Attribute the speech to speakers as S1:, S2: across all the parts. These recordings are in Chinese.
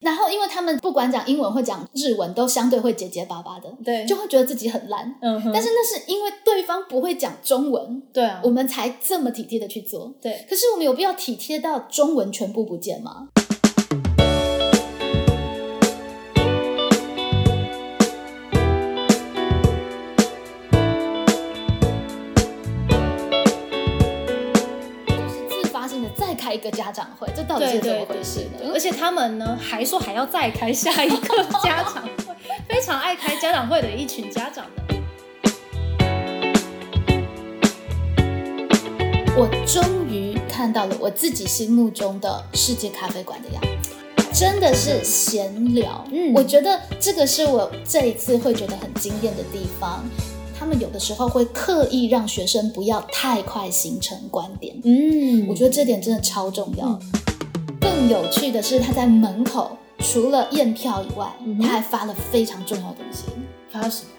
S1: 然后因为他们不管讲英文或讲日文，都相对会结结巴巴的，
S2: 对，
S1: 就会觉得自己很烂。
S2: 嗯哼，
S1: 但是那是因为对方不会讲中文，
S2: 对啊
S1: 我，们才这么体贴的去做。
S2: 对，
S1: 可是我们有必要体贴到中文全部不见吗？就是自发性的再开一个家长会，这到底是怎
S2: 对
S1: 么
S2: 对
S1: 回
S2: 对
S1: 事
S2: 是
S1: 呢
S2: 的，而？且他们呢还说还要再开下一个家长会，非常爱开家长会的一群家长的。
S1: 我终于看到了我自己心目中的世界咖啡馆的样子，真的是闲聊。
S2: 嗯
S1: 我觉得这个是我这一次会觉得很惊艳的地方。他们有的时候会刻意让学生不要太快形成观点，
S2: 嗯
S1: 我觉得这点真的超重要。
S2: 嗯
S1: 更有趣的是，他在门口除了验票以外，
S2: 嗯哼
S1: 他还发了非常重要的东西。
S2: 发生什么？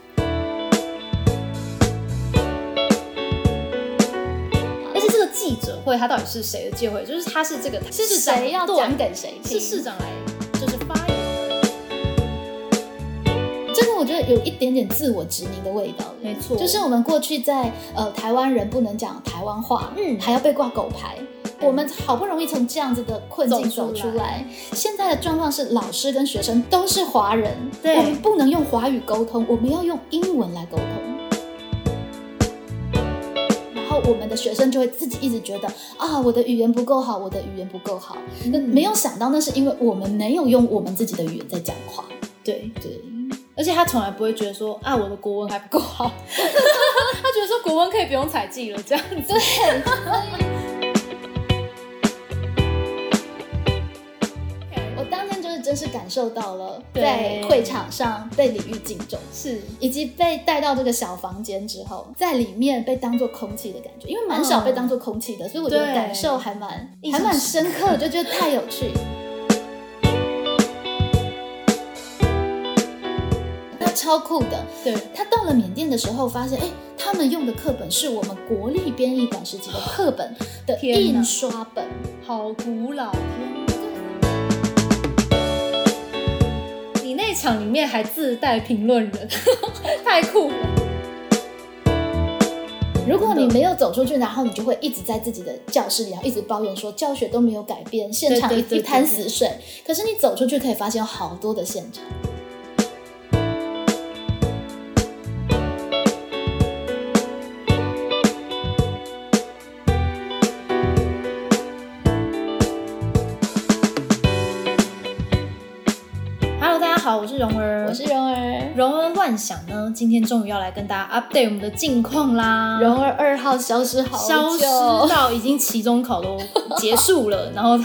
S2: 而且这个记者会，他到底是谁的记者会？就是他是这个市长
S1: 谁要
S2: 对
S1: 讲给谁听？
S2: 是市长来，就是发言。
S1: 这个我觉得有一点点自我殖民的味道了，
S2: 没错
S1: 就是我们过去在呃台湾人不能讲台湾话，
S2: 嗯
S1: 还要被挂狗牌。我们好不容易从这样子的困境走
S2: 走出
S1: 出
S2: 来
S1: 来，现在的状况是老师跟学生都是华人，
S2: 对
S1: 我们不能用华语沟通，我们要用英文来沟通。然后我们的学生就会自己一直觉得啊，我的语言不够好，我的语言不够好，那
S2: 嗯
S1: 没有想到那是因为我们没有用我们自己的语言在讲话，
S2: 对，
S1: 对。
S2: 而且他从来不会觉得说啊，我的国文还不够好， 他觉得说国文可以不用采记了这样子。
S1: 我当天就是真是感受到了
S2: 对
S1: 在会场上被李煜敬重，
S2: 是，
S1: 以及被带到这个小房间之后，在里面被当做空气的感觉，因为蛮少被当做空气的，所以我觉得
S2: 对
S1: 感受还蛮
S2: 印
S1: 还
S2: 象
S1: 蛮深刻，就觉得太有趣。那超酷的，
S2: 对，
S1: 他到了缅甸的时候，发现哎，他们用的课本是我们国立编译馆时期的课本的
S2: 哦天哪
S1: 印刷本。
S2: 好古老。你那场里面还自带评论人， 太酷了。
S1: 如果你没有走出去，然后你就会一直在自己的教室里，然后一直抱怨说教学都没有改变，现场一
S2: 对对对
S1: 一滩死水。可是你走出去，可以发现有好多的现场。
S2: Hello，大家好，我是蓉儿，
S1: 我是蓉儿，
S2: 荣恩乱想呢，今天终于要来跟大家 update 我们的近况啦。
S1: 蓉儿二号消失 好
S2: 消
S1: 久，
S2: 失到已经期中考都结束了，然后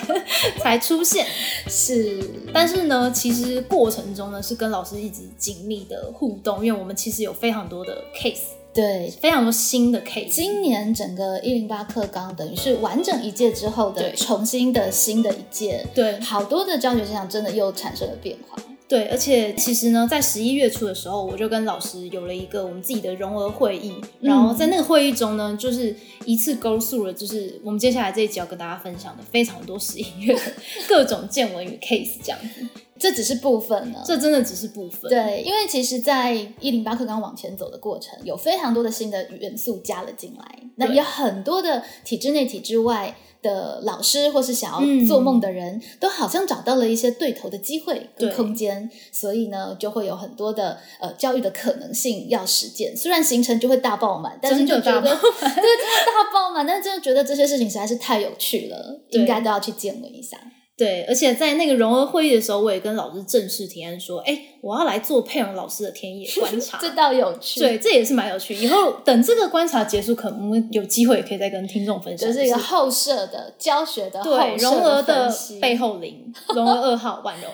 S2: 才出现。
S1: 是，
S2: 但是呢，其实过程中呢是跟老师一直紧密的互动，因为我们其实有非常多的 case，
S1: 对。
S2: 非常多新的 case。
S1: 今年整个一零八课纲等于是完整一届之后的
S2: 对
S1: 重新的新的一届，
S2: 对
S1: 好多的教学现场真的又产生了变化。
S2: 对，而且其实呢，在十一月初的时候，我就跟老师有了一个我们自己的融合会议，
S1: 嗯
S2: 然后在那个会议中呢，就是一次 go through 了，就是我们接下来这一集要跟大家分享的非常多十一月的各种见闻与 case 这样子，
S1: 这只是部分呢，
S2: 这真的只是部分。
S1: 对，因为其实，在一零八课纲往前走的过程，有非常多的新的元素加了进来，那
S2: 对
S1: 也很多的体制内、体制外的老师或是想要
S2: 嗯
S1: 做梦的人、都好像找到了一些对头的机会跟
S2: 对
S1: 空间，所以呢，就会有很多的呃教育的可能性要实践。虽然行程就会大爆满，但是
S2: 真
S1: 就
S2: 的
S1: 觉得
S2: 大
S1: 对，真的大爆满，但是真的觉得这些事情实在是太有趣了，应
S2: 对
S1: 该都要去见闻一下。
S2: 对，而且在那个融合会议的时候，我也跟老师正式提案说，哎，我要来做佩蓉老师的田野 观察。
S1: 这倒有趣，
S2: 对，这也是蛮有趣。以后等这个观察结束，可能我们有机会也可以再跟听众分享。
S1: 这是一个后设的教学的后
S2: 对
S1: 设
S2: 荣儿
S1: 分
S2: 的
S1: 析
S2: 背后灵，荣 儿二号婉容。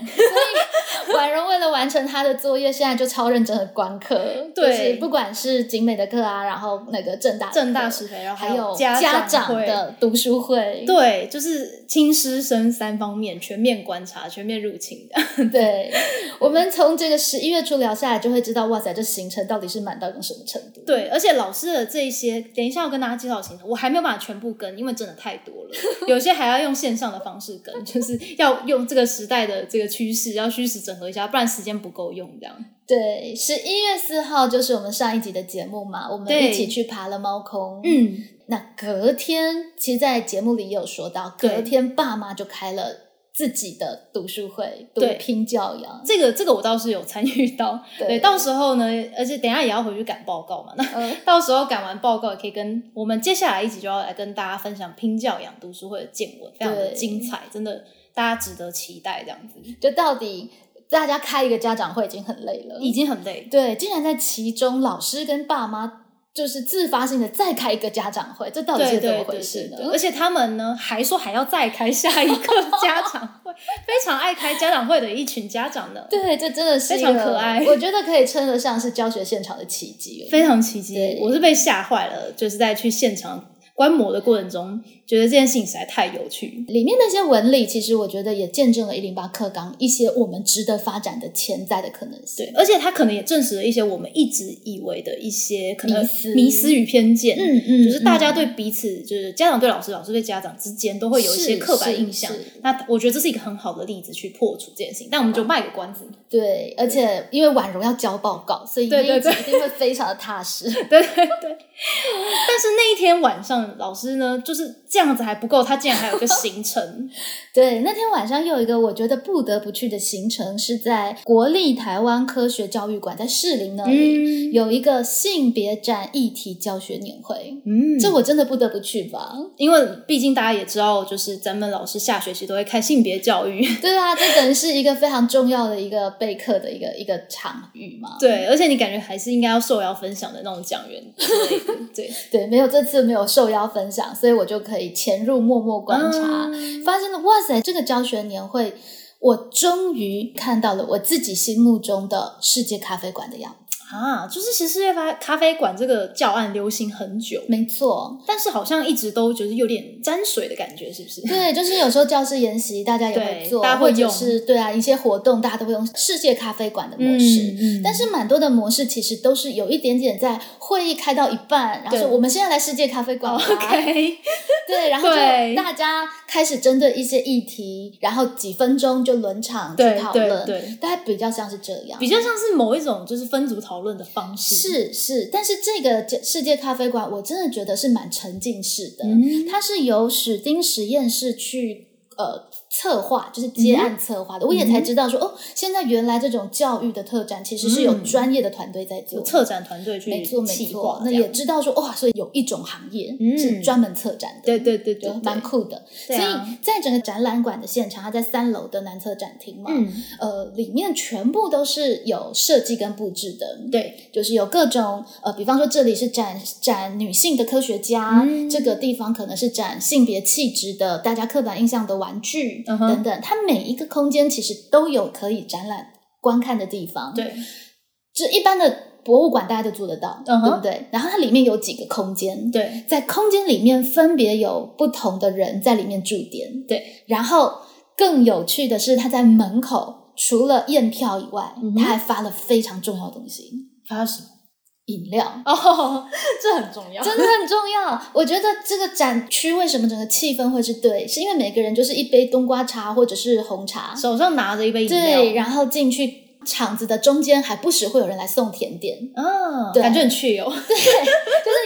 S1: 婉容为了 完成她的作业，现在就超认真的观课，
S2: 对
S1: 就是不管是景美的课啊，然后那个正大的课
S2: 正大师培然后
S1: 还有
S2: 家
S1: 长
S2: 长会
S1: 的读书会，
S2: 对，就是亲师生三方方面全面观察、全面入侵的。
S1: 对，我们从这个十一月初聊下来，就会知道，哇塞，这行程到底是满到一种什么程度。
S2: 对，而且老师的这一些，等一下我跟大家介绍行程，我还没有办法全部跟，因为真的太多了，有些还要用线上的方式跟，就是要用这个时代的这个趋势，要虚实整合一下，不然时间不够用这样。
S1: 对，十一月四号就是我们上一集的节目嘛，我们
S2: 对
S1: 一起去爬了猫空。，
S2: 嗯，
S1: 那隔天，其实在节目里也有说到，
S2: 对
S1: 隔天爸妈就开了自己的读书会，读
S2: 对
S1: 拼教养。
S2: 这个这个我倒是有参与到，对，到时候呢，而且等一下也要回去赶报告嘛，那
S1: 嗯
S2: 到时候赶完报告，也可以跟我们接下来一集就要来跟大家分享拼教养读书会的见闻，非常的
S1: 对
S2: 精彩，真的大家值得期待。这样子
S1: 就到底大家开一个家长会已经很累了，
S2: 已经很累，
S1: 对，竟然在其中老师跟爸妈就是自发性的再开一个家长会，这到底
S2: 对
S1: 是怎
S2: 对
S1: 么
S2: 对
S1: 回
S2: 对
S1: 事
S2: 对，
S1: 呢？
S2: 而且他们呢还说还要再开下 一个家长会，非常爱开家长会的一群家长呢，
S1: 对，这真的是
S2: 非
S1: 一
S2: 常
S1: 个
S2: 可爱
S1: 我觉得可以称得上是教学现场的奇迹了。
S2: 非常奇迹
S1: 对，
S2: 我是被吓坏了，就是在去现场观摩的过程中，觉得这件事情实在太有趣。
S1: 里面那些文理，其实我觉得也见证了一零八课纲一些我们值得发展的潜在的可能性。
S2: 对，而且它可能也证实了一些我们一直以为的一些可能
S1: 迷思
S2: 迷思与偏见，
S1: 嗯嗯，
S2: 就是大家
S1: 嗯
S2: 对彼此，就是家长对老师，老师对家长之间都会有一些
S1: 是
S2: 刻板
S1: 是
S2: 印象
S1: 是。
S2: 那我觉得这是一个很好的例子去破除这件事情，但我们就卖个关子。
S1: 对，而且因为婉容要交报告，所以那
S2: 对对
S1: 一集
S2: 对
S1: 一定会非常的踏实。
S2: 对对对。但是那一天晚上，老师呢就是这样子还不够，他竟然还有个行程。
S1: 对，那天晚上又有一个我觉得不得不去的行程，是在国立台湾科学教育馆，在士林那里、
S2: 嗯
S1: 有一个性别展议题教学年会，
S2: 嗯，
S1: 这
S2: 这
S1: 我真的不得不去吧？
S2: 因为毕竟大家也知道，就是咱们老师下学期都会开性别教育。
S1: 对啊，这等于是一个非常重要的一个备课的一个一个场域嘛。
S2: 对，而且你感觉还是应该要受邀分享的那种讲员之类 的。对，
S1: 对，没有这次没有受邀分享，所以我就可以潜入默默观察，
S2: 嗯
S1: 发现了哇塞，这个教学年会。我终于看到了我自己心目中的世界咖啡馆的样子。
S2: 啊，就是其实咖咖啡馆这个教案流行很久，
S1: 没错，
S2: 但是好像一直都就是有点沾水的感觉，是不是？
S1: 对，就是有时候教师研习大家也会
S2: 对
S1: 做，
S2: 大家
S1: 或
S2: 会
S1: 者
S2: 用
S1: 是对啊一些活动，大家都会用世界咖啡馆的模式。
S2: 嗯
S1: 但是蛮多的模式其实都是有一点点在会议开到一半，然后
S2: 对哦
S1: 说我们现在来世界咖啡馆吧、
S2: OK，
S1: 对，然后就
S2: 对
S1: 大家开始针对一些议题，然后几分钟就轮场去
S2: 对
S1: 讨
S2: 对
S1: 论，
S2: 对，
S1: 大概比较像是这样
S2: 比。较像是某一种就是分组讨论的方式，，
S1: 是是，但是这个世界咖啡馆，我真的觉得是蛮沉浸式的。
S2: 嗯，
S1: 它是由史丁实验室去呃策划，就是
S2: 嗯
S1: 接案策划的。我也才知道说，哦，现在原来这种教育的特展其实是有
S2: 嗯
S1: 专业的团队在做
S2: 有。策展团队去
S1: 没错没
S2: 企
S1: 错
S2: 划，
S1: 那
S2: 这样
S1: 也知道说哇，所以有一种行业
S2: 嗯
S1: 是专门策展的，
S2: 对对对对
S1: 就
S2: 对，
S1: 蛮酷的。所
S2: 对啊
S1: 以在整个展览馆的现场，它在三楼的南侧展厅嘛，
S2: 嗯，
S1: 呃，里面全部都是有设计跟布置的，
S2: 对，
S1: 就是有各种呃，比方说这里是展展女性的科学家，
S2: 嗯
S1: 这个地方可能是展性别气质的，大家刻板印象的玩具、
S2: 嗯哼
S1: 等等。它每一个空间其实都有可以展览观看的地方。，
S2: 对，
S1: 这一般的博物馆大家都做得到，
S2: 嗯哼
S1: 对不对？然后它里面有几个空间，
S2: 对，
S1: 在空间里面分别有不同的人在里面驻点。
S2: 对，
S1: 然后更有趣的是，他在门口除了验票以外，
S2: 嗯哼
S1: 他还发了非常重要的东西
S2: 发什么？
S1: ——饮料。
S2: 哦，这很重要，
S1: 真的很重要。我觉得这个展区为什么整个气氛会是对，是因为每个人就是一杯冬瓜茶或者是红茶，
S2: 手上拿着一杯饮
S1: 对，
S2: 料，
S1: 然后进去场子的中间还不时会有人来送甜点，
S2: 嗯，
S1: 对
S2: 感觉很趣哦，
S1: 就是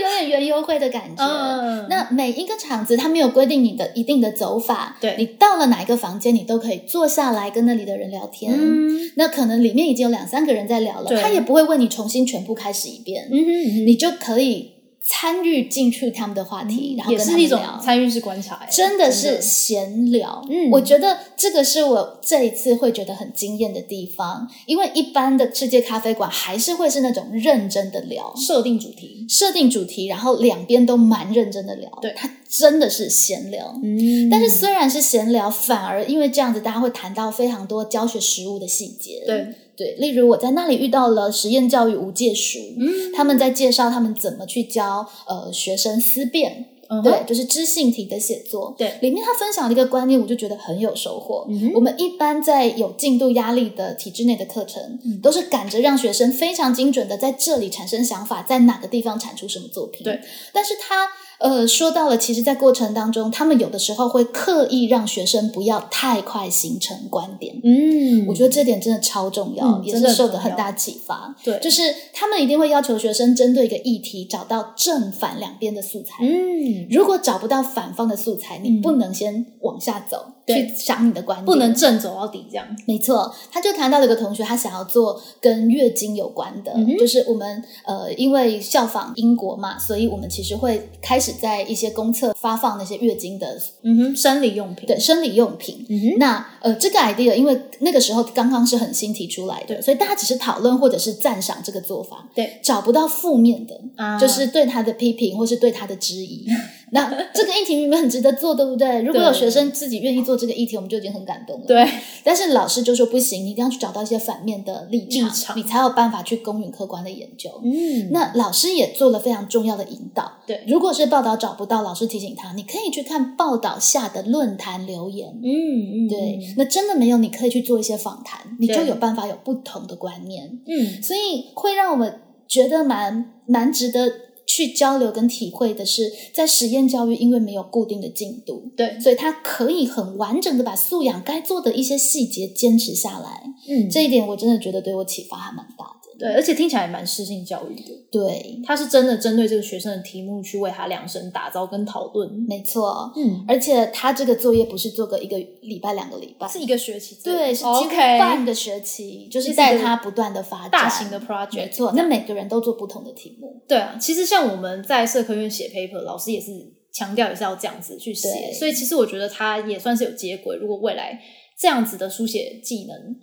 S1: 有点园游会的感觉。
S2: 嗯，
S1: 那每一个场子，它没有规定你的一定的走法，
S2: 对
S1: 你到了哪一个房间，你都可以坐下来跟那里的人聊天。
S2: 嗯
S1: 那可能里面已经有两三个人在聊了，
S2: 对
S1: 他也不会问你重新全部开始一遍，
S2: 嗯哼嗯哼，
S1: 你就可以参与进去他们的话题，然后
S2: 嗯也
S1: 跟他
S2: 是
S1: 们
S2: 一种
S1: 聊。
S2: 参与式观察、欸，
S1: 真的是闲聊。
S2: 嗯
S1: 我觉得这个是我这一次会觉得很惊艳的地方，因为一般的世界咖啡馆还是会是那种认真的聊。
S2: 设定主题，
S1: 设定主题，然后两边都蛮认真的聊，
S2: 对
S1: 它真的是闲聊。
S2: 嗯
S1: 但是虽然是闲聊，反而因为这样子，大家会谈到非常多教学实务的细节。
S2: 对，
S1: 对，例如我在那里遇到了实验教育无界书，
S2: 嗯
S1: 他们在介绍他们怎么去教呃学生思辨，
S2: 嗯哼
S1: 对，就是知性体的写作。
S2: 对
S1: 里面他分享的一个观念，我就觉得很有收获。
S2: 嗯哼
S1: 我们一般在有进度压力的体制内的课程，
S2: 嗯
S1: 都是赶着让学生非常精准的在这里产生想法，在哪个地方产出什么作品。
S2: 对，
S1: 但是他呃说到了，其实，在过程当中，他们有的时候会刻意让学生不要太快形成观点。
S2: 嗯
S1: 我觉得这点真的超重要，
S2: 嗯
S1: 也
S2: 真的
S1: 是
S2: 很
S1: 受的
S2: 重
S1: 很
S2: 要
S1: 大启发。
S2: 对，
S1: 就是是他们一定会要求学生针对一个议题找到正反两边的素材。
S2: 嗯，
S1: 如果找不到反方的素材，你
S2: 嗯
S1: 不能先往下走、
S2: 对
S1: 去想你的观点，
S2: 不能正走到底这样。
S1: 没错，他就谈到了一个同学，他想要做跟月经有关的，
S2: 嗯哼
S1: 就是我们呃，因为效仿英国嘛，所以我们其实会开始在一些公厕发放那些月经的
S2: 嗯哼，生理用品。
S1: 对，生理用品。
S2: 嗯哼，
S1: 那呃，这个 idea 因为那个时候刚刚是很新提出来
S2: 对
S1: 的，所以大家只是讨论或者是赞赏这个做法，
S2: 对，
S1: 找不到负面的，
S2: 啊
S1: 就是对他的批评或是对他的质 疑。那这个议题明明很值得做，对不对？如果有
S2: 对
S1: 学生自己愿意做这个议题，我们就已经很感动了。，
S2: 对，
S1: 但是老师就说不行，你一定要去找到一些反面的立场，
S2: 立场
S1: 你才有办法去公允客观的研究。
S2: 嗯
S1: 那老师也做了非常重要的引导。
S2: 对
S1: 如果是报道找不到，老师提醒他，你可以去看报道下的论坛留言。
S2: 嗯嗯，
S1: 对，那真的没有，你可以去做一些访谈，你就
S2: 对
S1: 有办法有不同的观念，
S2: 嗯，
S1: 所以会让我们觉得蛮蛮值得去交流跟体会的是，在实验教育因为没有固定的进度，
S2: 对，
S1: 所以它可以很完整的把素养该做的一些细节坚持下来，
S2: 嗯，
S1: 这一点我真的觉得对我启发还蛮大的。
S2: 对，而且听起来也蛮适性教育的。
S1: 对，
S2: 他是真的针对这个学生的题目去为他量身打造跟讨论。
S1: 没错，
S2: 嗯，
S1: 而且他这个作业不是做个一个礼拜、两个礼拜，
S2: 是一个学期之类的，
S1: 对，是几乎
S2: OK
S1: 半个学期，就是
S2: 是一
S1: 带
S2: 个
S1: 他不断的发展。
S2: 大型的
S1: 没
S2: project。
S1: 错，那每个人都做不同的题目，
S2: 对啊，其实像我们在社科院写 paper，老师也是强调也是要这样子去写，
S1: 对
S2: 所以其实我觉得他也算是有接轨。如果未来这样子的书写技能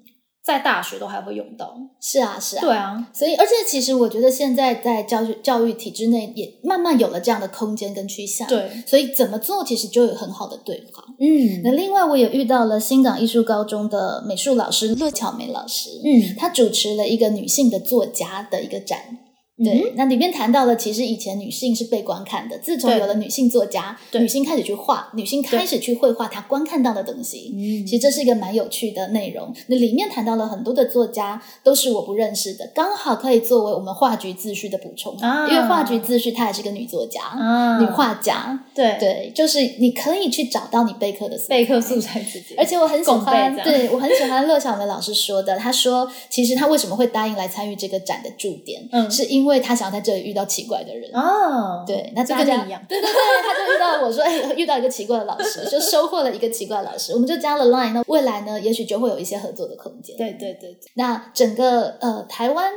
S2: 在大学都还会用到，
S1: 是啊，是啊。
S2: 对啊，
S1: 所以，而且其实我觉得现在在教育教育体制内也慢慢有了这样的空间跟趋向。，
S2: 对，
S1: 所以怎么做其实就有很好的对话。那
S2: 嗯
S1: 另外，我也遇到了新港艺术高中的美术老师乐巧梅老师，
S2: 嗯，
S1: 她主持了一个女性的作家的一个展。对，
S2: 嗯
S1: 那里面谈到了，其实以前女性是被观看的，自从
S2: 对
S1: 有了女性作家，
S2: 对
S1: 女性开始去画，女性开始去绘画她观看到的东西。
S2: 嗯
S1: 其实这是一个蛮有趣的内容。那里面谈到了很多的作家都是我不认识的，刚好可以作为我们话剧自序的补充，
S2: 啊
S1: 因为话剧自序它也是个女作家、
S2: 啊，
S1: 女画家。
S2: 对
S1: 对，就是你可以去找到你备课的素材
S2: 备课素材直接，
S1: 而且我很喜
S2: 共备
S1: 欢，
S2: 这样
S1: 对我很喜欢乐小梅老师说的，他说其实他为什么会答应来参与这个展的驻点，
S2: 嗯
S1: 是因为他想要在这里遇到奇怪的人。
S2: 哦，
S1: 对，那
S2: 就
S1: 大
S2: 跟
S1: 家
S2: 你一样，
S1: 对对对，他就遇到我说，哎，遇到一个奇怪的老 师，就收获了一个奇怪的老师，我们就加了 Line。那未来呢，也许就会有一些合作的空间。，
S2: 对对对，对
S1: 那整个呃台湾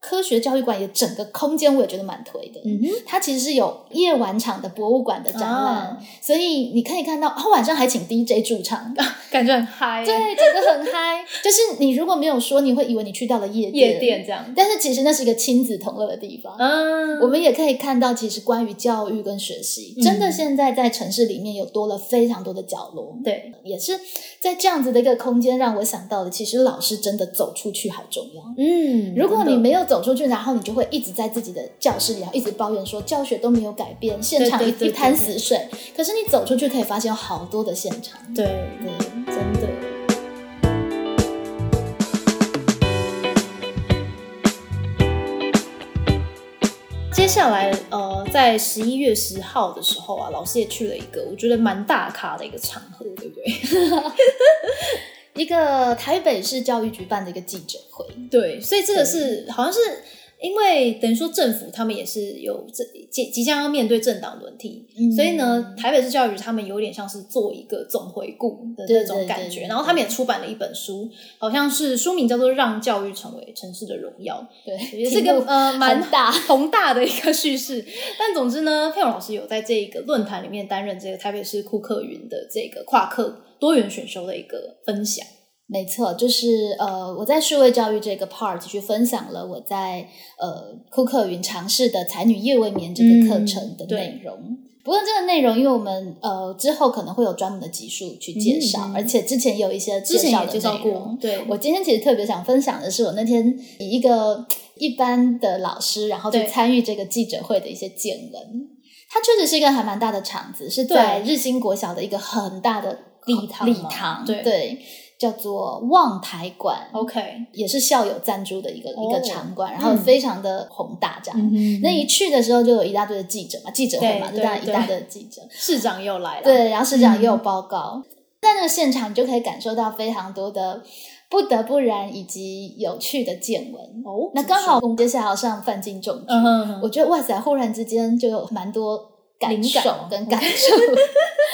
S1: 科学教育馆也整个空间，我也觉得蛮推的。
S2: 嗯哼，
S1: 它其实是有夜晚场的博物馆的展览，
S2: 哦
S1: 所以你可以看到，啊、晚上还请 DJ 驻唱，
S2: 感觉很嗨，
S1: 对，整个很嗨。就是你如果没有说，你会以为你去到了夜
S2: 夜店这样，
S1: 但是其实那是一个亲子同乐的地方。
S2: 嗯，
S1: 我们也可以看到，其实关于教育跟学习，真的
S2: 嗯
S1: 现在在城市里面有多了非常多的角落。，
S2: 对，
S1: 也是在这样子的一个空间，让我想到了，其实老师真的走出去好重要。
S2: 嗯
S1: 如果你
S2: 真的
S1: 没有走出去，然后你就会一直在自己的教室里，然后一直抱怨说教学都没有改变，现场一
S2: 对对对
S1: 一滩
S2: 对对
S1: 死水。可是你走出去，可以发现有好多的现场。
S2: 对
S1: 对，
S2: 真的。接下来，呃，在十一月十号的时候啊，老师也去了一个我觉得蛮大咖的一个场合，对不对？
S1: 一个台北市教育局办的一个记者会，
S2: 对，所以这个是好像是因为等于说政府他们也是有这即即将要面对政党轮替，
S1: 嗯
S2: 所以呢，台北市教育局他们有点像是做一个总回顾的那种感
S1: 对对对
S2: 觉，
S1: 对
S2: 然后他们也出版了一本书，好像是书名叫做《让教育成为城市的荣耀》，
S1: 对，
S2: 也是个
S1: 题目
S2: 呃蛮
S1: 宏大
S2: 宏大的一个叙事。但总之呢，佩勇老师有在这个论坛里面担任这个台北市库克云的这个跨课多元选修的一个分享。
S1: 没错，就是呃，我在数位教育这个 part 去分享了我在呃库克云尝试的才女夜未眠这个课程的
S2: 嗯对
S1: 内容。不过这个内容，因为我们呃之后可能会有专门的集数去介绍，
S2: 嗯嗯
S1: 而且之前也有一些
S2: 之前
S1: 绍
S2: 也
S1: 的
S2: 介绍
S1: 内
S2: 过
S1: 容，
S2: 对，
S1: 我今天其实特别想分享的是，我那天以一个一般的老师，然后去
S2: 对
S1: 参与这个记者会的一些见闻。它确实是一个还蛮大的场子，是在日新国小的一个很大的
S2: 礼堂
S1: 礼
S2: 嘛
S1: 堂，
S2: 对
S1: 叫做望台馆，
S2: OK，
S1: 也是校友赞助的一个、一
S2: 哦
S1: 个场馆，然后
S2: 嗯
S1: 非常的宏大这样。
S2: 嗯
S1: 那一去的时候就有一大堆的记者嘛，记者会
S2: 对
S1: 嘛，就
S2: 对
S1: 大家一大
S2: 对
S1: 堆的记者，
S2: 市长又来了，，
S1: 对，然后市长也有
S2: 嗯
S1: 报告，在那个现场你就可以感受到非常多的不得不然以及有趣的见闻。
S2: 哦，
S1: 那刚好我们接下来要上范进中举，
S2: 嗯哼哼，
S1: 我觉得哇塞，忽然之间就有蛮多感
S2: 灵感
S1: 受
S2: 哦
S1: 跟感受。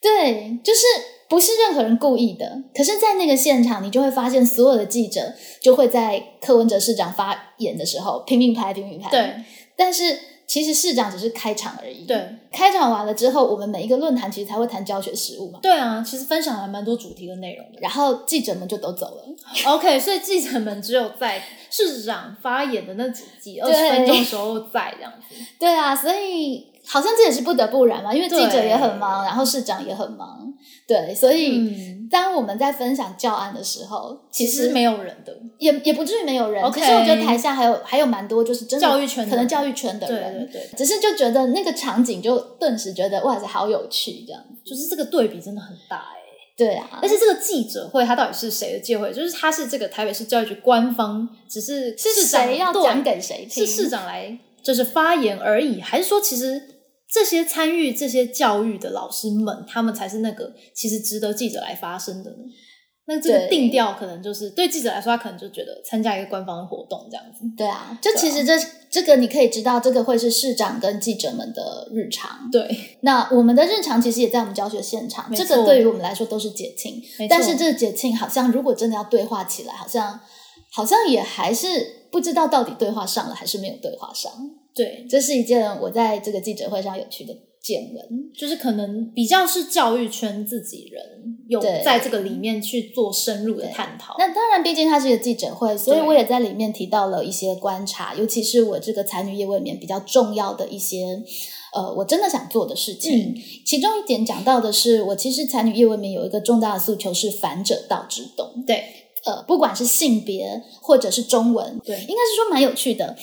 S1: 对，就是不是任何人故意的，可是，在那个现场，你就会发现所有的记者就会在柯文哲市长发言的时候拼命拍、拼命拍。，
S2: 对
S1: 但是其实市长只是开场而已。，
S2: 对
S1: 开场完了之后，我们每一个论坛其实才会谈教学实务嘛，
S2: 对啊，其实分享了蛮多主题跟内容的。
S1: 然后记者们就都走了。
S2: OK，所以记者们只有在市长发言的那几几二
S1: 对
S2: 十分钟的时候在这样子。
S1: 对啊，所以好像这也是不得不然嘛，因为记者
S2: 对
S1: 也很忙，然后市长也很忙，对，所以。
S2: 嗯，
S1: 当我们在分享教案的时候，
S2: 其实没有人的，
S1: 也也不至于没有人。
S2: OK
S1: 可是我觉得台下还有还有蛮多，就是真的
S2: 教育圈的
S1: 可能教育圈的
S2: 对
S1: 人，
S2: 对对，
S1: 只是就觉得那个场景就顿时觉得哇塞，好有趣这样。
S2: 就是这个对比真的很大哎、
S1: 对啊，
S2: 而且这个记者会，他到底是谁的记者会？就是他是这个台北市教育局官方，只是
S1: 是
S2: 市长
S1: 谁要
S2: 对
S1: 讲给谁听？
S2: 是市长来就是发言而已，还是说其实这些参与这些教育的老师们，他们才是那个其实值得记者来发声的呢？那这
S1: 对
S2: 个定调可能就是对记者来说，他可能就觉得参加一个官方的活动这样子。
S1: 对啊，就其实这、这个你可以知道，这个会是市长跟记者们的日常。
S2: 对，
S1: 那我们的日常其实也在我们教学现场，
S2: 没
S1: 这
S2: 错
S1: 个对于我们来说都是解禁。
S2: 没错
S1: 但是这个节庆好像如果真的要对话起来，好像好像也还是不知道到底对话上了还是没有对话上。
S2: 对，
S1: 这是一件我在这个记者会上有趣的见闻。
S2: 就是可能比较是教育圈自己人有
S1: 对
S2: 在这个里面去做深入的探讨。
S1: 那当然，毕竟它是一个记者会，所以
S2: 对
S1: 我也在里面提到了一些观察，尤其是我这个才女夜未眠比较重要的一些。呃，我真的想做的事情，
S2: 嗯
S1: 其中一点讲到的是，我其实才女夜未眠有一个重大的诉求是反者道之懂，
S2: 对
S1: 呃，不管是性别或者是中文，
S2: 对
S1: 应该是说蛮有趣的。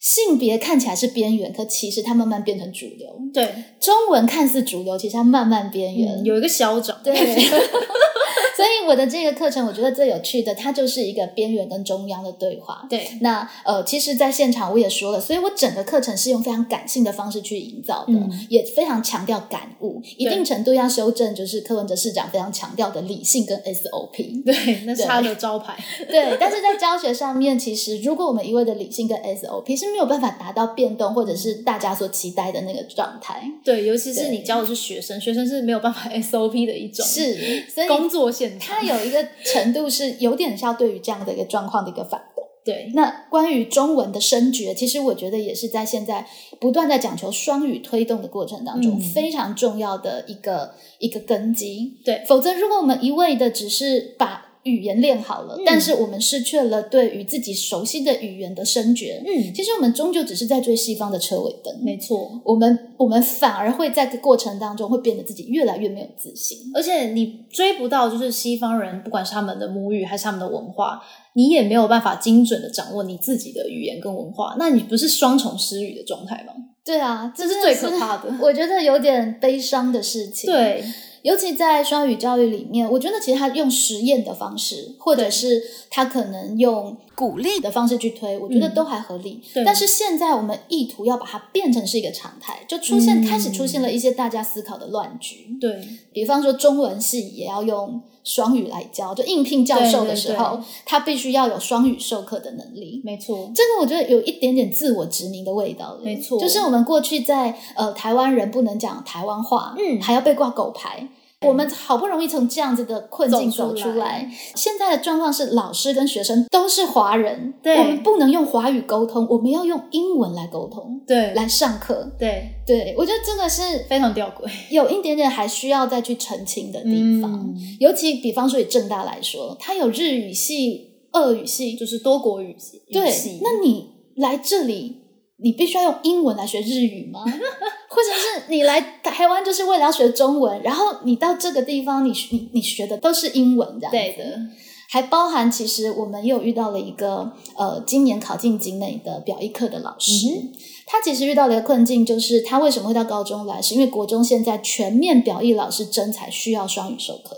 S1: 性别看起来是边缘，可其实它慢慢变成主流。
S2: 对，
S1: 中文看似主流，其实它慢慢边缘。
S2: 嗯有一个校长，
S1: 对，所以我的这个课程，我觉得最有趣的，它就是一个边缘跟中央的对话。
S2: 对
S1: 那呃，其实，在现场我也说了，所以我整个课程是用非常感性的方式去营造的，
S2: 嗯
S1: 也非常强调感悟，一定程度要修正，就是柯文哲市长非常强调的理性跟 SOP。
S2: 对，那是他的招牌。
S1: 对，但是在教学上面，其实如果我们一味的理性跟 SOP 是没有办法达到变动或者是大家所期待的那个状态。
S2: 对，尤其是
S1: 对
S2: 你教的是学生，学生是没有办法 SOP 的一种
S1: 是，所以
S2: 工作现场
S1: 它。有一个程度是有点像对于这样的一个状况的一个反驳。
S2: 对
S1: 那关于中文的升觉，其实我觉得也是在现在不断在讲求双语推动的过程当中、
S2: 嗯
S1: 非常重要的一个一个根基。
S2: 对
S1: 否则如果我们一味的只是把语言练好了，
S2: 嗯
S1: 但是我们失去了对于自己熟悉的语言的升觉，
S2: 嗯，
S1: 其实我们终究只是在追西方的车尾灯，
S2: 没错。
S1: 我们我们反而会在这过程当中会变得自己越来越没有自信。
S2: 而且你追不到，就是西方人，不管是他们的母语还是他们的文化，你也没有办法精准的掌握你自己的语言跟文化，那你不是双重失语的状态吗？
S1: 对啊，
S2: 这是
S1: 真的
S2: 最可怕的
S1: 我觉得有点悲伤的事情。，
S2: 对，
S1: 尤其在双语教育里面，我觉得其实他用实验的方式，或者
S2: 对
S1: 是他可能用鼓励的方式去推，我觉得
S2: 嗯
S1: 都还合理。
S2: 对
S1: 但是现在我们意图要把它变成是一个常态，就出现、
S2: 嗯
S1: 开始出现了一些大家思考的乱局。
S2: 对，
S1: 比方说中文系也要用双语来教，就应聘教授的时候，
S2: 对对
S1: 他必须要有双语授课的能力。
S2: 没错，
S1: 这个我觉得有一点点自我殖民的味道了，
S2: 没错
S1: 就是我们过去在呃台湾人不能讲台湾话，
S2: 嗯
S1: 还要被挂狗牌。我们好不容易从这样子的困境
S2: 走
S1: 走
S2: 出
S1: 出来，
S2: 来
S1: 现在的状况是老师跟学生都是华人，
S2: 对
S1: 我们不能用华语沟通，我们要用英文来沟通，
S2: 对，
S1: 来上课。
S2: 对，
S1: 对我觉得这个是
S2: 非常吊诡
S1: 有一点点还需要再去澄清的地方。
S2: 嗯
S1: 尤其比方说以正大来说，它有日语系、俄语系，
S2: 就是多国语系，语
S1: 对
S2: 系，
S1: 那你来这里，你必须要用英文来学日语 吗？或者是你来台湾就是为了要学中文，然后你到这个地方你，你你学的都是英文这样子
S2: 对的，
S1: 还包含其实我们也有遇到了一个呃，今年考进景美的表艺课的老师，
S2: 嗯
S1: 他其实遇到了一个困境，就是他为什么会到高中来，是因为国中现在全面表意老师征才需要双语授课。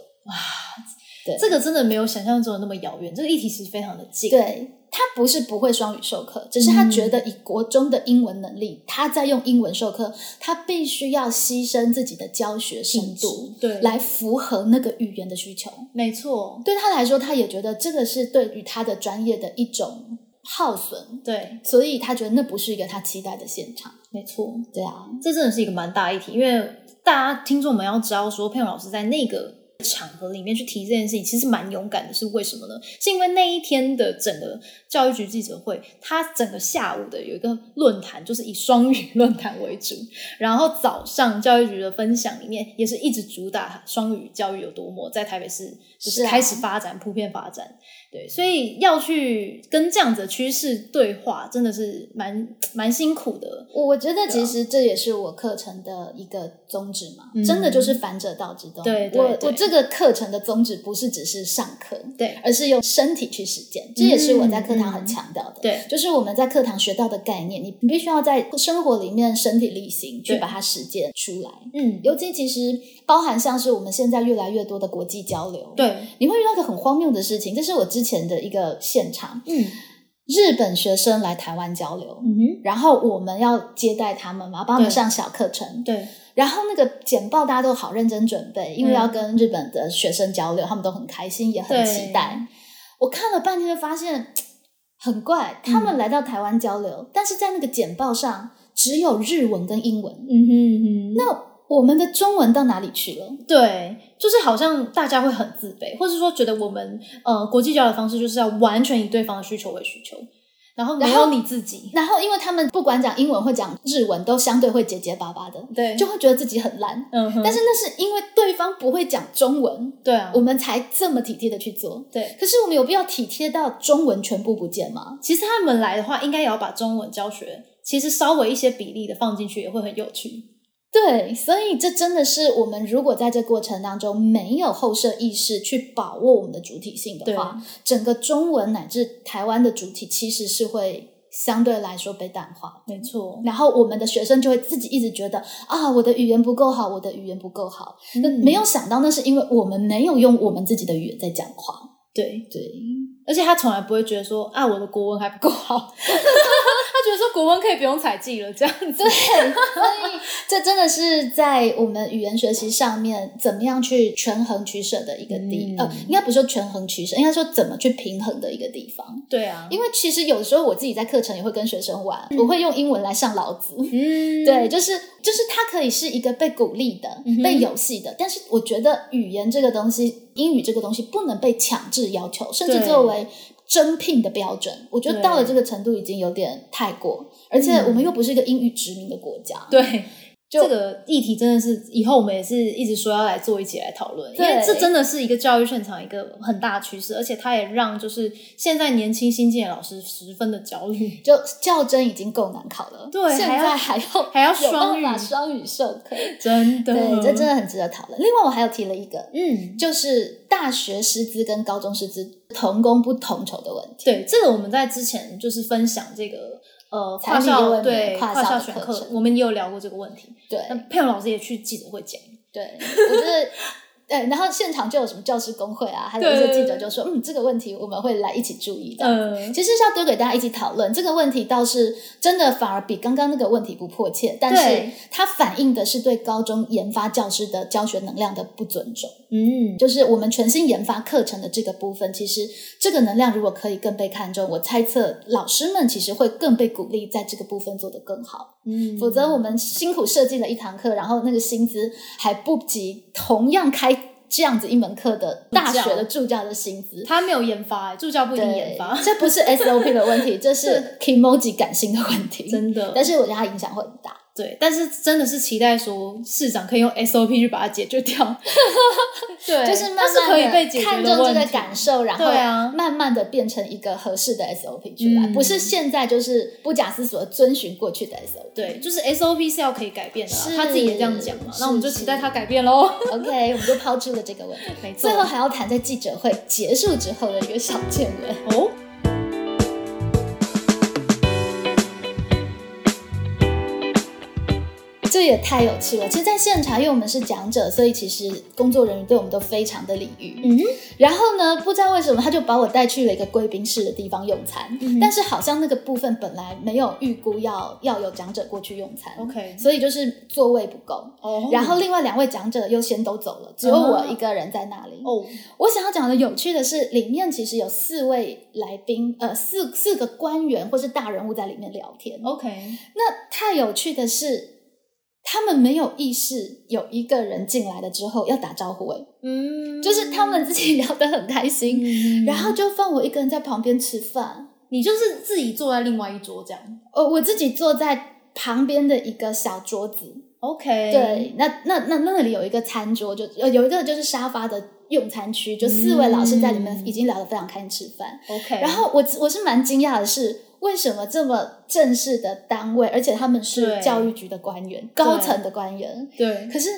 S1: 对
S2: 这个真的没有想象中的那么遥远，这个议题其实非常的近。
S1: 对他不是不会双语授课，只是他觉得以国中的英文能力，他在用英文授课，他必须要牺牲自己的教学深度，
S2: 对，
S1: 来符合那个语言的需求。
S2: 没错，
S1: 对他来说，他也觉得这个是对于他的专业的一种耗损，
S2: 对，
S1: 所以他觉得那不是一个他期待的现场。
S2: 没错，
S1: 对啊，
S2: 这真的是一个蛮大议题，因为大家听众们要知道说，佩蓉老师在那个。场合里面去提这件事情，其实蛮勇敢的。是为什么呢？是因为那一天的整个教育局记者会，他整个下午的有一个论坛，就是以双语论坛为主。然后早上教育局的分享里面，也是一直主打双语教育有多么在台北市就是
S1: 是啊
S2: 开始发展、普遍发展。对，所以要去跟这样子的趋势对话，真的是蛮蛮辛苦的。
S1: 我我觉得其实这也是我课程的一个宗旨嘛，
S2: 嗯
S1: 真的就是反者道之动。
S2: 对对
S1: 我
S2: 对
S1: 我这个课程的宗旨不是只是上课，
S2: 对
S1: 而是用身体去实践，这也是我在课堂很强调的。
S2: 嗯对，
S1: 就是我们在课堂学到的概念，你你必须要在生活里面身体力行去
S2: 对
S1: 把它实践出来。
S2: 嗯，
S1: 尤其其实包含像是我们现在越来越多的国际交流，，
S2: 对，
S1: 你会遇到一个很荒谬的事情，这是我之前的一个现场，
S2: 嗯
S1: 日本学生来台湾交流，
S2: 嗯哼，
S1: 然后我们要接待他们嘛，帮他们
S2: 对
S1: 上小课程，
S2: 对，
S1: 然后那个简报大家都好认真准备，
S2: 嗯
S1: 因为要跟日本的学生交流，他们都很开心，也很
S2: 对
S1: 期待。我看了半天，就发现很怪，他
S2: 嗯
S1: 们来到台湾交流，但是在那个简报上只有日文跟英文，
S2: 嗯哼嗯哼，那
S1: 我们的中文到哪里去了？
S2: 对，就是好像大家会很自卑，或是说觉得我们呃国际交流的方式就是要完全以对方的需求为需求，然后没
S1: 然后
S2: 有你自己，
S1: 然后，因为他们不管讲英文或讲日文，都相对会结结巴巴的，
S2: 对
S1: 就会觉得自己很烂。
S2: 嗯哼，
S1: 但是那是因为对方不会讲中文，
S2: 对啊
S1: 我，们才这么体贴的去做。
S2: 对，
S1: 可是我们有必要体贴到中文全部不见吗？
S2: 其实他们来的话，应该也要把中文教学，其实稍微一些比例的放进去，也会很有趣。
S1: 对，所以这真的是我们如果在这过程当中没有后设意识去把握我们的主体性
S2: 对
S1: 的话，整个中文乃至台湾的主体其实是会相对来说被淡化。
S2: 没错，
S1: 然后我们的学生就会自己一直觉得啊，我的语言不够好，我的语言不够好。那、
S2: 嗯
S1: 没有想到，那是因为我们没有用我们自己的语言在讲话。
S2: 对，
S1: 对，
S2: 而且他从来不会觉得说啊，我的国文还不够好， 他觉得说国文可以不用采记了，这样子。
S1: 这真的是在我们语言学习上面，怎么样去权衡取舍的一个地，
S2: 嗯
S1: 呃，应该不是说权衡取舍，应该说怎么去平衡的一个地方。
S2: 对啊，
S1: 因为其实有时候我自己在课程也会跟学生玩，我会用英文来上老子。
S2: 嗯，
S1: 对， 就是就是它可以是一个被鼓励的、
S2: 嗯哼
S1: 被游戏的，但是我觉得语言这个东西，英语这个东西不能被强制要求，甚至
S2: 对
S1: 作为征聘的标准。我觉得
S2: 对嗯
S1: 到了这个程度已经有点太过，而且我们又不是一个英语殖民的国家。
S2: 对，
S1: 就
S2: 这个议题真的是以后我们也是一直说要来做一起来讨论，因为
S1: 对
S2: 这真的是一个教育现场一个很大的趋势，而且它也让就是现在年轻新进的老师十分的焦虑。
S1: 就较真已经够难考了，
S2: 对
S1: 现
S2: 还要
S1: 在还要
S2: 还要
S1: 有
S2: 双
S1: 办
S2: 语
S1: 法双语授课，
S2: 真的，
S1: 对，这真的很值得讨论。另外，我还有提了一个，
S2: 嗯，
S1: 就是大学师资跟高中师资同工不同酬的问题。
S2: 对，这个我们在之前就是分享这个。呃，
S1: 财
S2: 跨
S1: 力
S2: 校
S1: 问题
S2: 对
S1: 跨
S2: 跨
S1: 校
S2: 校
S1: 的
S2: 选
S1: 课
S2: 课，
S1: 程
S2: 我们也有聊过这个问题。
S1: 对
S2: 那佩蓉老师也去记者会讲，
S1: 对，我觉得。对，然后现场就有什么教师工会啊，还有一些记者就说，嗯，这个问题我们会来一起注意的。
S2: 呃，
S1: 其实是要丢给大家一起讨论这个问题，倒是真的反而比刚刚那个问题不迫切，但是
S2: 对
S1: 它反映的是对高中研发教师的教学能量的不尊重。
S2: 嗯，
S1: 就是我们全新研发课程的这个部分，其实这个能量如果可以更被看重，我猜测老师们其实会更被鼓励在这个部分做得更好。
S2: 嗯
S1: 否则我们辛苦设计了一堂课，然后那个薪资还不及同样开这样子一门课的大学的助教的薪资。
S2: 他没有研发、助教不一定研
S1: 对
S2: 发，，
S1: 这不是 SOP 的问题，这 是 emoji 感性的问题。
S2: 真的。
S1: 但是我觉得它影响会很大。
S2: 对，但是真的是期待说市长可以用 SOP 去把它解决掉， 对，
S1: 就是慢
S2: 它是可以被
S1: 慢
S2: 解
S1: 的
S2: 决
S1: 看
S2: 的
S1: 重
S2: 问
S1: 这
S2: 题
S1: 个感受，然
S2: 对啊
S1: 后慢慢的变成一个合适的 SOP 出来，
S2: 嗯
S1: 不是现在就是不假思索地遵循过去的 SOP。
S2: 对，就是 SOP 是要可以改变的啦，
S1: 是
S2: 他自己也这样讲嘛，
S1: 是
S2: 那我们就期待他改变喽。
S1: OK，我们就抛出了这个问题。
S2: 没错
S1: 最，后还要谈在记者会结束之后的一个小见闻。
S2: 哦，
S1: 这也太有趣了。其实，在现场，因为我们是讲者，所以其实工作人员对我们都非常的礼遇。
S2: 嗯，
S1: 然后呢，不知道为什么他就把我带去了一个贵宾室的地方用餐，
S2: 嗯哼
S1: 但是好像那个部分本来没有预估要要有讲者过去用餐
S2: OK
S1: 所以就是座位不够。
S2: 哦
S1: 然后另外两位讲者又先都走了，只有我一个人在那里。
S2: 哦，
S1: 我想要讲的有趣的是，里面其实有四位来宾，呃，四四个官员或是大人物在里面聊天。
S2: OK，嗯
S1: 那太有趣的是，他们没有意识有一个人进来了之后要打招呼、欸，
S2: 嗯，
S1: 就是他们自己聊得很开心，
S2: 嗯，
S1: 然后就放我一个人在旁边吃饭，
S2: 你就是自己坐在另外一桌这样
S1: 呃，我自己坐在旁边的一个小桌子，
S2: ，OK，
S1: 对，那那那那里有一个餐桌，就有有一个就是沙发的用餐区，就四位老师在里面
S2: 嗯
S1: 已经聊得非常开心吃饭，
S2: ，OK，
S1: 然后我我是蛮惊讶的是。为什么这么正式的单位，而且他们是
S2: 对
S1: 教育局的官员，高层的官员，
S2: 对，
S1: 可是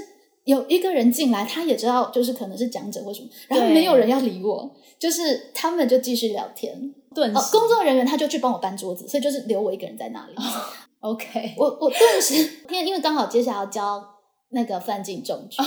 S1: 有一个人进来，他也知道就是可能是讲者或什么，然后
S2: 对
S1: 没有人要理我，就是他们就继续聊天。
S2: 顿
S1: 哦，
S2: 时
S1: 工作人员他就去帮我搬桌子，所以就是留我一个人在那里。
S2: ，OK，OK，
S1: 我我顿时，因为因为刚好接下来要教那个范进中举。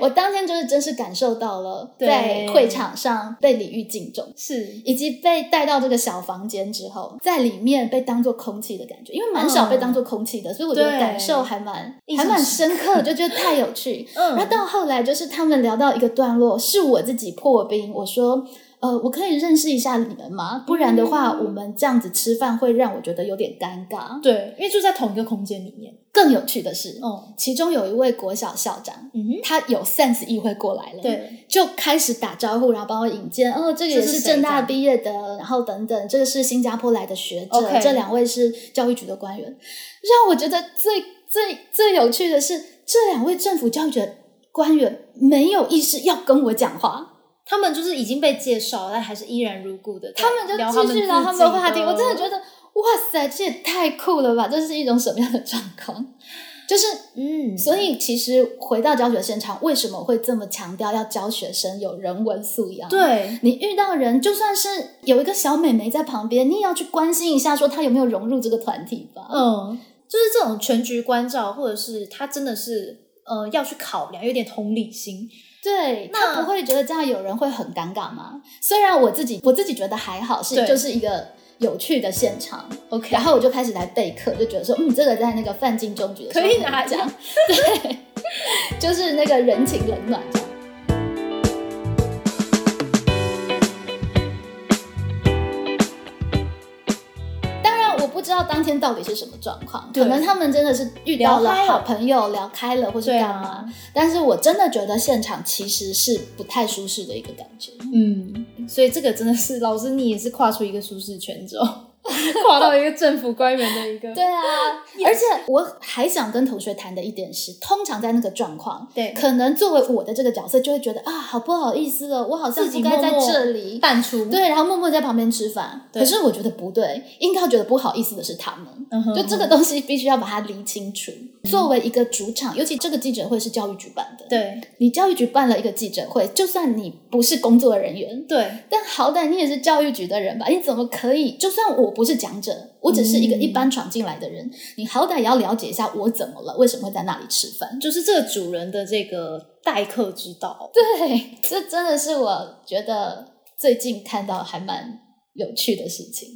S1: 我当天就是真是感受到了
S2: 对
S1: 在会场上被李煜敬重，
S2: 是
S1: 以及被带到这个小房间之后，在里面被当做空气的感觉，因为蛮少被当做空气的，所以我觉得
S2: 对
S1: 感受还蛮
S2: 印
S1: 还
S2: 象
S1: 蛮
S2: 深
S1: 深刻的，就觉得太有趣。
S2: 嗯
S1: 然后到后来就是他们聊到一个段落，是我自己破冰，我说。呃，我可以认识一下你们吗？不然的话，
S2: 嗯
S1: 我们这样子吃饭会让我觉得有点尴尬。
S2: 对，因为就在同一个空间里面，
S1: 更有趣的是，
S2: 哦，
S1: 其中有一位国小校长，
S2: 嗯哼，
S1: 他有 sense 意会过来了，，
S2: 对，
S1: 就开始打招呼，然后帮我引荐。哦，这个也
S2: 这是
S1: 是
S2: 谁
S1: 正大
S2: 这样
S1: 毕业的，然后等等，这个是新加坡来的学者
S2: OK
S1: 这两位是教育局的官员。让我觉得最最最有趣的是，这两位政府教育局的官员没有意识要跟我讲话。
S2: 他们就是已经被介绍，但还是依然如故的，
S1: 他们就继续聊他们的话题。我真的觉
S2: 得，
S1: 得，哇塞，这也太酷了吧！这是一种什么样的状况？就是，
S2: 嗯，
S1: 所以其实回到教学现场，为什么我会这么强调要教学生有人文素养？，
S2: 对，
S1: 你遇到人，就算是有一个小美眉在旁边，你也要去关心一下，说她有没有融入这个团体吧。
S2: 嗯，就是这种全局关照，或者是他真的是呃要去考量，有点同理心，
S1: 对，
S2: 那
S1: 他不会觉得这样有人会很尴尬吗？虽然我自己我自己觉得还好，是
S2: 对
S1: 就是一个有趣的现场。
S2: OK
S1: 然后我就开始来备课，就觉得说，嗯，这个在那个范进中举的时候
S2: 可以拿
S1: 讲，对，就是那个人情冷暖这样。当然，我不知道当天到底是什么状况，
S2: 对
S1: 可能他们真的是遇到
S2: 聊
S1: 了
S2: 开了
S1: 好朋友聊开了，或是
S2: 对
S1: 干嘛。
S2: 啊，
S1: 但是我真的觉得现场其实是不太舒适的一个感觉。
S2: 嗯，所以这个真的是老师，你也是跨出一个舒适圈之后， 跨到一个政府官员的一个
S1: 对啊， 而且我还想跟同学谈的一点是，通常在那个状况，
S2: 对
S1: 可能作为我的这个角色就会觉得啊，好不好意思哦了，我好像
S2: 自己
S1: 不该在
S2: 默默
S1: 这里。
S2: 淡出，
S1: 对，然后默默在旁边吃饭。
S2: 对
S1: 可是我觉得不对，应该要觉得不好意思的是他们。
S2: 嗯哼，
S1: 就这个东西必须要把它理清楚。作为一个主场，尤其这个记者会是教育局办的，，
S2: 对
S1: 你教育局办了一个记者会，就算你不是工作人员，
S2: 对
S1: 但好歹你也是教育局的人吧？你怎么可以？就算我不是讲者，我只是一个
S2: 嗯
S1: 一般闯进来的人，你好歹也要了解一下我怎么了，为什么会在那里吃饭？
S2: 就是这个主人的这个待客之道，
S1: 对， 这真的是我觉得最近看到还蛮有趣的事情。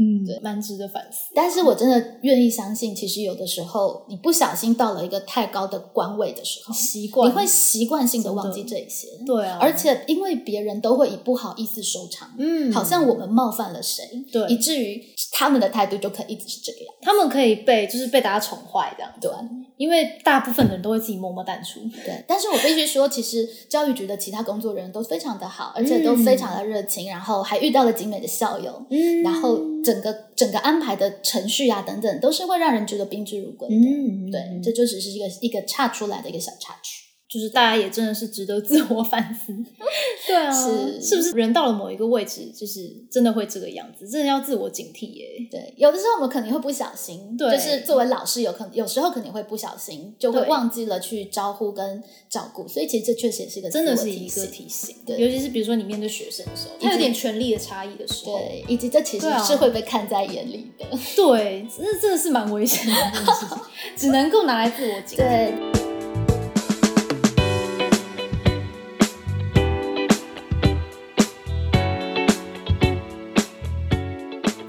S2: 嗯，对，蛮值得反思。
S1: 但是我真的愿意相信，其实有的时候你不小心到了一个太高的官位的时候，
S2: 习惯
S1: 你会习惯性的忘记
S2: 真
S1: 这一些，
S2: 对啊，
S1: 而且因为别人都会以不好意思收场。
S2: 嗯，
S1: 好像我们冒犯了谁，
S2: 对
S1: 以至于他们的态度就可以一直是这个样，
S2: 他们可以被就是被大家宠坏这样，
S1: 对
S2: 因为大部分的人都会自己默默淡出，
S1: 对。但是我必须说，其实教育局的其他工作人员都非常的好，而且都非常的热情，然后还遇到了景美的校友，
S2: 嗯
S1: 然后整个整个安排的程序啊等等，都是会让人觉得宾至如归的。
S2: 嗯，
S1: 对，这就只是一个一个岔出来的一个小插曲。
S2: 就是大家也真的是值得自我反思。 对啊，
S1: 是
S2: 是不是人到了某一个位置，就是真的会这个样子，真的要自我警惕耶、
S1: 对，有的时候我们可能会不小心，
S2: 对
S1: 就是作为老师有可能有时候可能会不小心就会
S2: 对
S1: 忘记了去招呼跟照顾，所以其实这确实也是一个
S2: 真的
S1: 自我
S2: 是一
S1: 提
S2: 个
S1: 醒
S2: 提醒，
S1: 对
S2: 尤其是比如说你面对学生的时候，他有点权力的差异的时候，
S1: 对，以及这其实
S2: 对啊
S1: 是会被看在眼里的。
S2: 对，那真的是蛮危险的一件事 情，只能够拿来自我警惕。
S1: 对，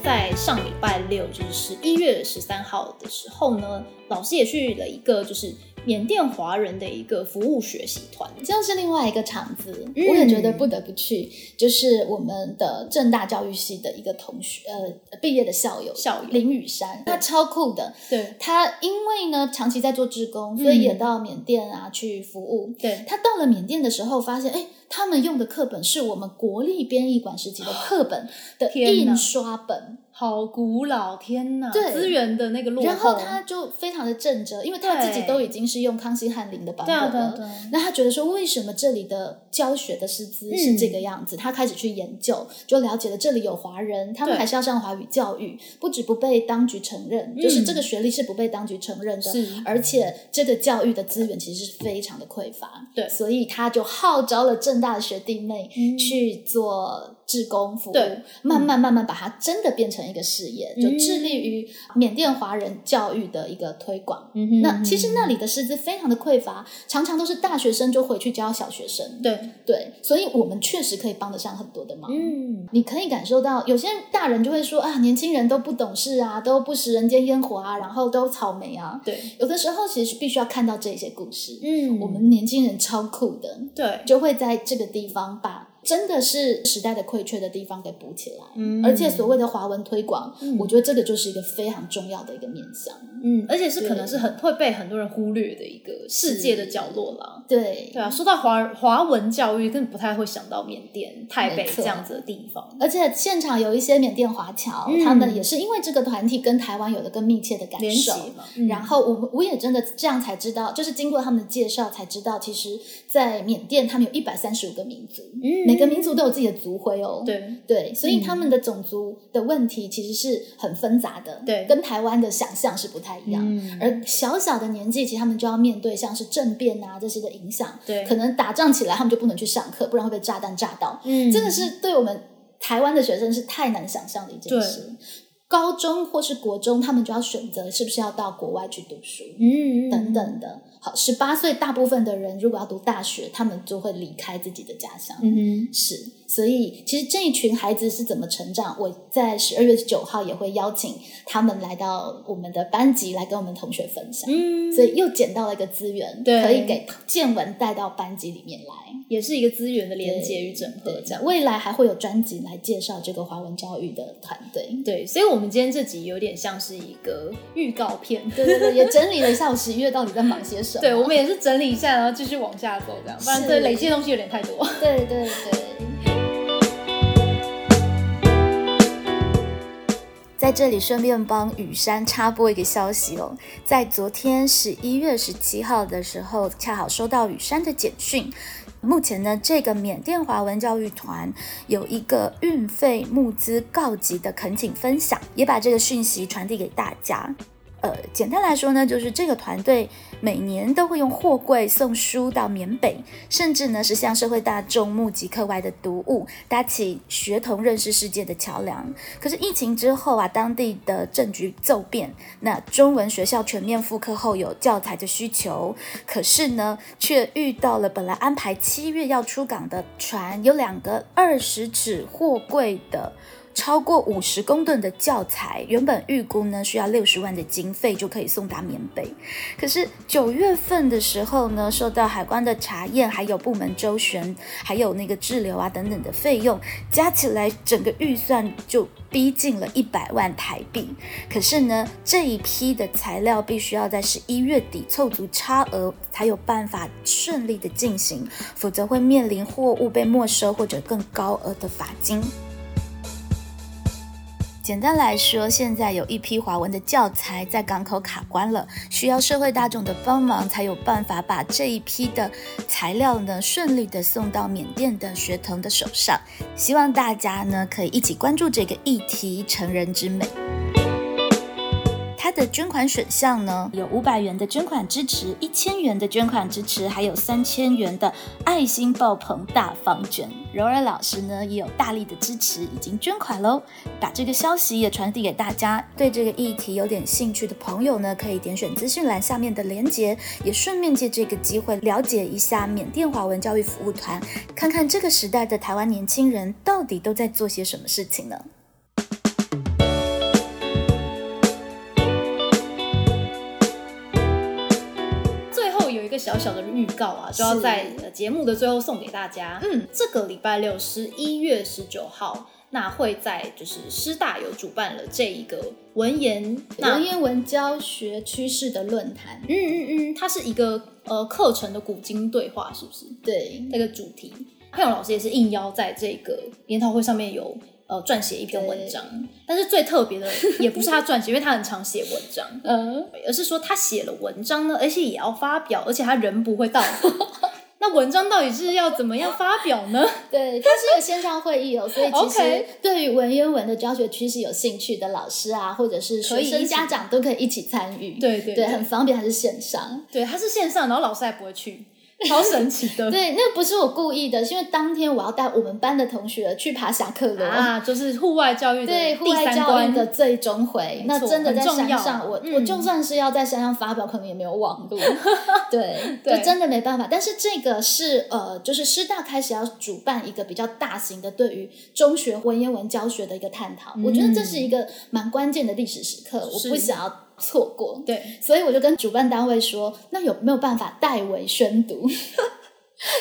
S2: 在上礼拜六，就是十一月十三号的时候呢，老师也去了一个就是缅甸华人的一个服务学习团。
S1: 这又是另外一个场子，
S2: 嗯
S1: 我也觉得不得不去，就是我们的正大教育系的一个同学，呃，毕业的校友，
S2: 校友
S1: 林雨山，他超酷的。
S2: 对
S1: 他因为呢长期在做志工，
S2: 嗯
S1: 所以也到缅甸啊、去服务。
S2: 对，
S1: 他到了缅甸的时候，发现哎，他们用的课本是我们国立编译馆时期的课本的
S2: 天哪
S1: 印刷本，
S2: 好古老，天哪！
S1: 对
S2: 资源的那个落后，
S1: 然后他就非常的震折，因为他自己
S2: 对
S1: 都已经是用康熙翰林的版
S2: 对
S1: 本
S2: 啊
S1: 了，
S2: 对啊对啊，
S1: 那他觉得说，为什么这里的教学的师资是这
S2: 嗯
S1: 个样子？他开始去研究，就了解了这里有华人，他们
S2: 对
S1: 还是要上华语教育，不止不被当局承认，就是
S2: 嗯
S1: 这个学历是不被当局承认的。
S2: 是
S1: 而且这个教育的资源其实是非常的匮乏，
S2: 对
S1: 所以他就号召了正大的学弟妹
S2: 嗯
S1: 去做志工服务，
S2: 对嗯
S1: 慢慢慢慢把它真的变成一个事业，就致力于缅甸华人教育的一个推广。
S2: 嗯哼
S1: 那其实那里的师资非常的匮乏，常常都是大学生就回去教小学生。
S2: 对，
S1: 对，所以我们确实可以帮得上很多的忙。
S2: 嗯，
S1: 你可以感受到，有些大人就会说啊，年轻人都不懂事啊，都不食人间烟火啊，然后都草莓啊。
S2: 对，
S1: 有的时候其实必须要看到这些故事。
S2: 嗯
S1: 我们年轻人超酷的，
S2: 对，
S1: 就会在这个地方把真的是时代的亏缺的地方给补起来。
S2: 嗯
S1: 而且所谓的华文推广，
S2: 嗯
S1: 我觉得这个就是一个非常重要的一个面向。
S2: 嗯，而且是可能是很会被很多人忽略的一个世界的角落啦。
S1: 对，
S2: 对啊，说到华华文教育，更不太会想到缅甸、台北
S1: 没错
S2: 这样子的地方。
S1: 而且现场有一些缅甸华侨，
S2: 嗯
S1: 他们也是因为这个团体跟台湾有了更密切的感
S2: 连
S1: 受。
S2: 结嘛，嗯
S1: 然后我我也真的这样才知道，就是经过他们的介绍才知道，其实，在缅甸他们有一百三十五个民族，
S2: 嗯
S1: 每个民族都有自己的族徽哦。
S2: 对嗯
S1: 对，所以他们的种族的问题其实是很纷杂的，
S2: 对
S1: 跟台湾的想象是不太一样。
S2: 嗯
S1: 而小小的年纪，其实他们就要面对像是政变啊这些的影响，
S2: 对
S1: 可能打仗起来他们就不能去上课，不然会被炸弹炸到。
S2: 嗯
S1: 真的是对我们台湾的学生是太难想象的一件
S2: 对
S1: 事。高中或是国中，他们就要选择是不是要到国外去读书、
S2: 嗯
S1: 等等的。好，十八岁大部分的人如果要读大学，他们就会离开自己的家乡。
S2: 嗯哼
S1: 是，所以其实这一群孩子是怎么成长，我在十二月九号也会邀请他们来到我们的班级来跟我们同学分享。
S2: 嗯，
S1: 所以又捡到了一个资源，
S2: 对
S1: 可以给见闻带到班级里面来。
S2: 也是一个资源的连接
S1: 对
S2: 与整合
S1: 对，
S2: 这样。
S1: 未来还会有专辑来介绍这个华文教育的团 队。
S2: 对，所以我们今天这集有点像是一个预告片，
S1: 对对对，也整理了一下我十一月到底在忙些什么。
S2: 对，我们也是整理一下，然后继续往下走，这样，不然
S1: 是
S2: 这累积的东西有点太多。
S1: 对对对。在这里顺便帮雨山插播一个消息哦，在昨天十一月十七号的时候，恰好收到雨山的简讯。目前呢，这个缅甸华文教育团有一个运费募资告急的恳请分享，也把这个讯息传递给大家。呃，简单来说呢，就是这个团队每年都会用货柜送书到缅北，甚至呢是向社会大众募集课外的读物，搭起学童认识世界的桥梁。可是疫情之后啊，当地的政局骤变，那中文学校全面复课后有教材的需求，可是呢却遇到了本来安排七月要出港的船，有两个二十尺货柜的。超过五十公吨的教材，原本预估呢需要六十万的经费就可以送达缅北，可是九月份的时候呢，受到海关的查验，还有部门周旋，还有那个滞留啊等等的费用，加起来整个预算就逼近了一百万台币。可是呢，这一批的材料必须要在十一月底凑足差额，才有办法顺利的进行，否则会面临货物被没收或者更高额的罚金。
S3: 简单来说，现在有一批华文的教材在港口卡关了，需要社会大众的帮忙，才有办法把这一批的材料呢顺利的送到缅甸的学童的手上。希望大家呢可以一起关注这个议题“成人之美”。它的捐款选项呢，有五百元的捐款支持，一千元的捐款支持，还有三千元的爱心爆棚大方捐。柔儿老师呢也有大力的支持，已经捐款喽。把这个消息也传递给大家，对这个议题有点兴趣的朋友呢，可以点选资讯栏下面的链接，也顺便借这个机会了解一下缅甸华文教育服务团，看看这个时代的台湾年轻人到底都在做些什么事情呢？
S2: 最后有一个小小的预告啊，就要在呃节目的最后送给大家。嗯，这个礼拜六十一月十九号，那会在就是师大有主办了这一个文言那
S3: 文言文教学趋势的论坛，
S2: 嗯嗯嗯，它是一个呃课程的古今对话，是不是？
S3: 对，
S2: 这个主题，佩勇老师也是应邀在这个研讨会上面有呃撰写一篇文章，但是最特别的也不是他撰写，因 为他很常写文章，
S3: 嗯，
S2: 而是说他写了文章呢，而且也要发表，而且他人不会到 场。那文章到底是要怎么样发表呢？
S1: 对，它是一个线上会议哦，所以其
S2: OK
S1: 实对于文言文的教学趋势有兴趣的老师啊，或者是学
S2: 可以一起
S1: 生家长都可以一起参与。
S2: 对对
S1: 对，很方便，还是线上。
S2: 对，他是线上，然后老师还不会去，超神奇的。
S1: 对，那个不是我故意的，是因为当天我要带我们班的同学去爬侠客楼。
S2: 啊，就是户外教育的
S1: 对户
S2: 第
S1: 外
S2: 三
S1: 教育
S2: 关
S1: 的最终回，那
S2: 错
S1: 真的在
S2: 很重
S1: 山
S2: 要
S1: 上，我、
S2: 嗯
S1: 我就算是要在山上发表，可能也没有网 路，对，
S2: 对
S1: 就真的没办法。但是这个是呃，就是师大开始要主办一个比较大型的对于中学文言文教学的一个探讨，我觉得这是一个蛮关键的历史时刻，我
S2: 嗯是
S1: 不想要错过。
S2: 对，
S1: 所以我就跟主办单位说，那有没有办法代为宣读？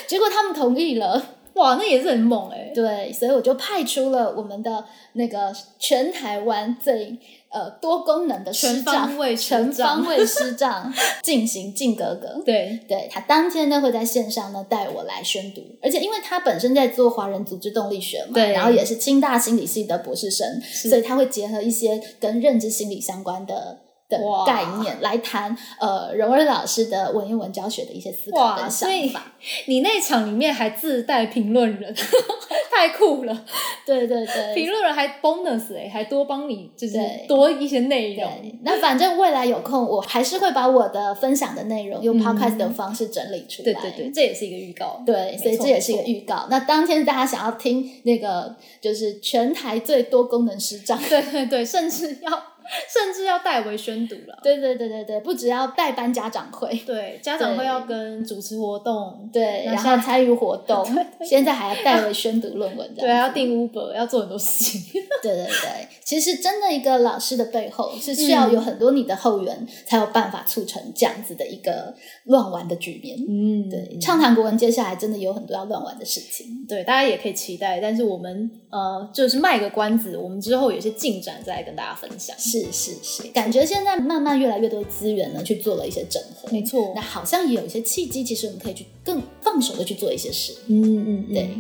S1: 结果他们同意了。
S2: 哇，那也是很猛哎、
S1: 对，所以我就派出了我们的那个全台湾最呃多功能的
S2: 全
S1: 师
S2: 方
S1: 长
S2: 位师
S1: 全
S2: 长
S1: 方位 师长进行靖格格。
S2: 对，
S1: 对他当天呢会在线上呢带我来宣读，而且因为他本身在做华人组织动力学嘛，
S2: 对
S1: 然后也是清大心理系的博士生，所以他会结合一些跟认知心理相关的。的
S2: 哇
S1: 概念来谈，呃，柔儿老师的文言文教学的一些思考
S2: 哇，
S1: 跟
S2: 所
S1: 想
S2: 以
S1: 法。
S2: 你那场里面还自带评论人， 太酷了！
S1: 对对 对，
S2: 评论人还 bonus 哎、还多帮你就是
S1: 对
S2: 多一些内容。
S1: 对，那反正未来有空，我还是会把我的分享的内容用
S2: 嗯
S1: podcast 的方式整理出来。
S2: 对对对，这也是一个预告。
S1: 对所以
S2: 没错
S1: 这也是一个预告。那当天大家想要听那个，就是全台最多功能师长。
S2: 对对对，甚至要 甚至要代为宣读了。
S1: 对对对对对，不只要代班家长会，
S2: 对，家长会
S1: 对
S2: 要跟主持活动，
S1: 对，
S2: 那
S1: 然
S2: 现
S1: 后
S2: 在
S1: 参与活动，现在还要代为宣读论文这
S2: 对，还
S1: 样
S2: 要
S1: 子。
S2: 订 Uber，要做很多事情。
S1: 对对对，其实真的一个老师的背后是需
S2: 嗯
S1: 要有很多你的后援，才有办法促成这样子的一个乱玩的局面。
S2: 嗯，
S1: 对，畅谈国文接下来真的有很多要乱玩的事情。
S2: 对，大家也可以期待。但是我们呃，就是卖个关子，我们之后有些进展再来跟大家分享。
S1: 是是是，感觉现在慢慢越来越多资源呢去做了一些整合，
S2: 没错
S1: 那好像也有一些契机，其实我们可以去更放手的去做一些事。
S2: 嗯嗯，
S1: 对，
S2: 对。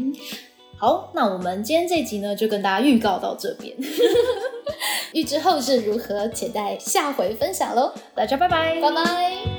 S2: 好，那我们今天这集呢，就跟大家预告到这边，
S1: 预知后事如何，且待下回分享喽，
S2: 大家拜拜，
S1: 拜拜。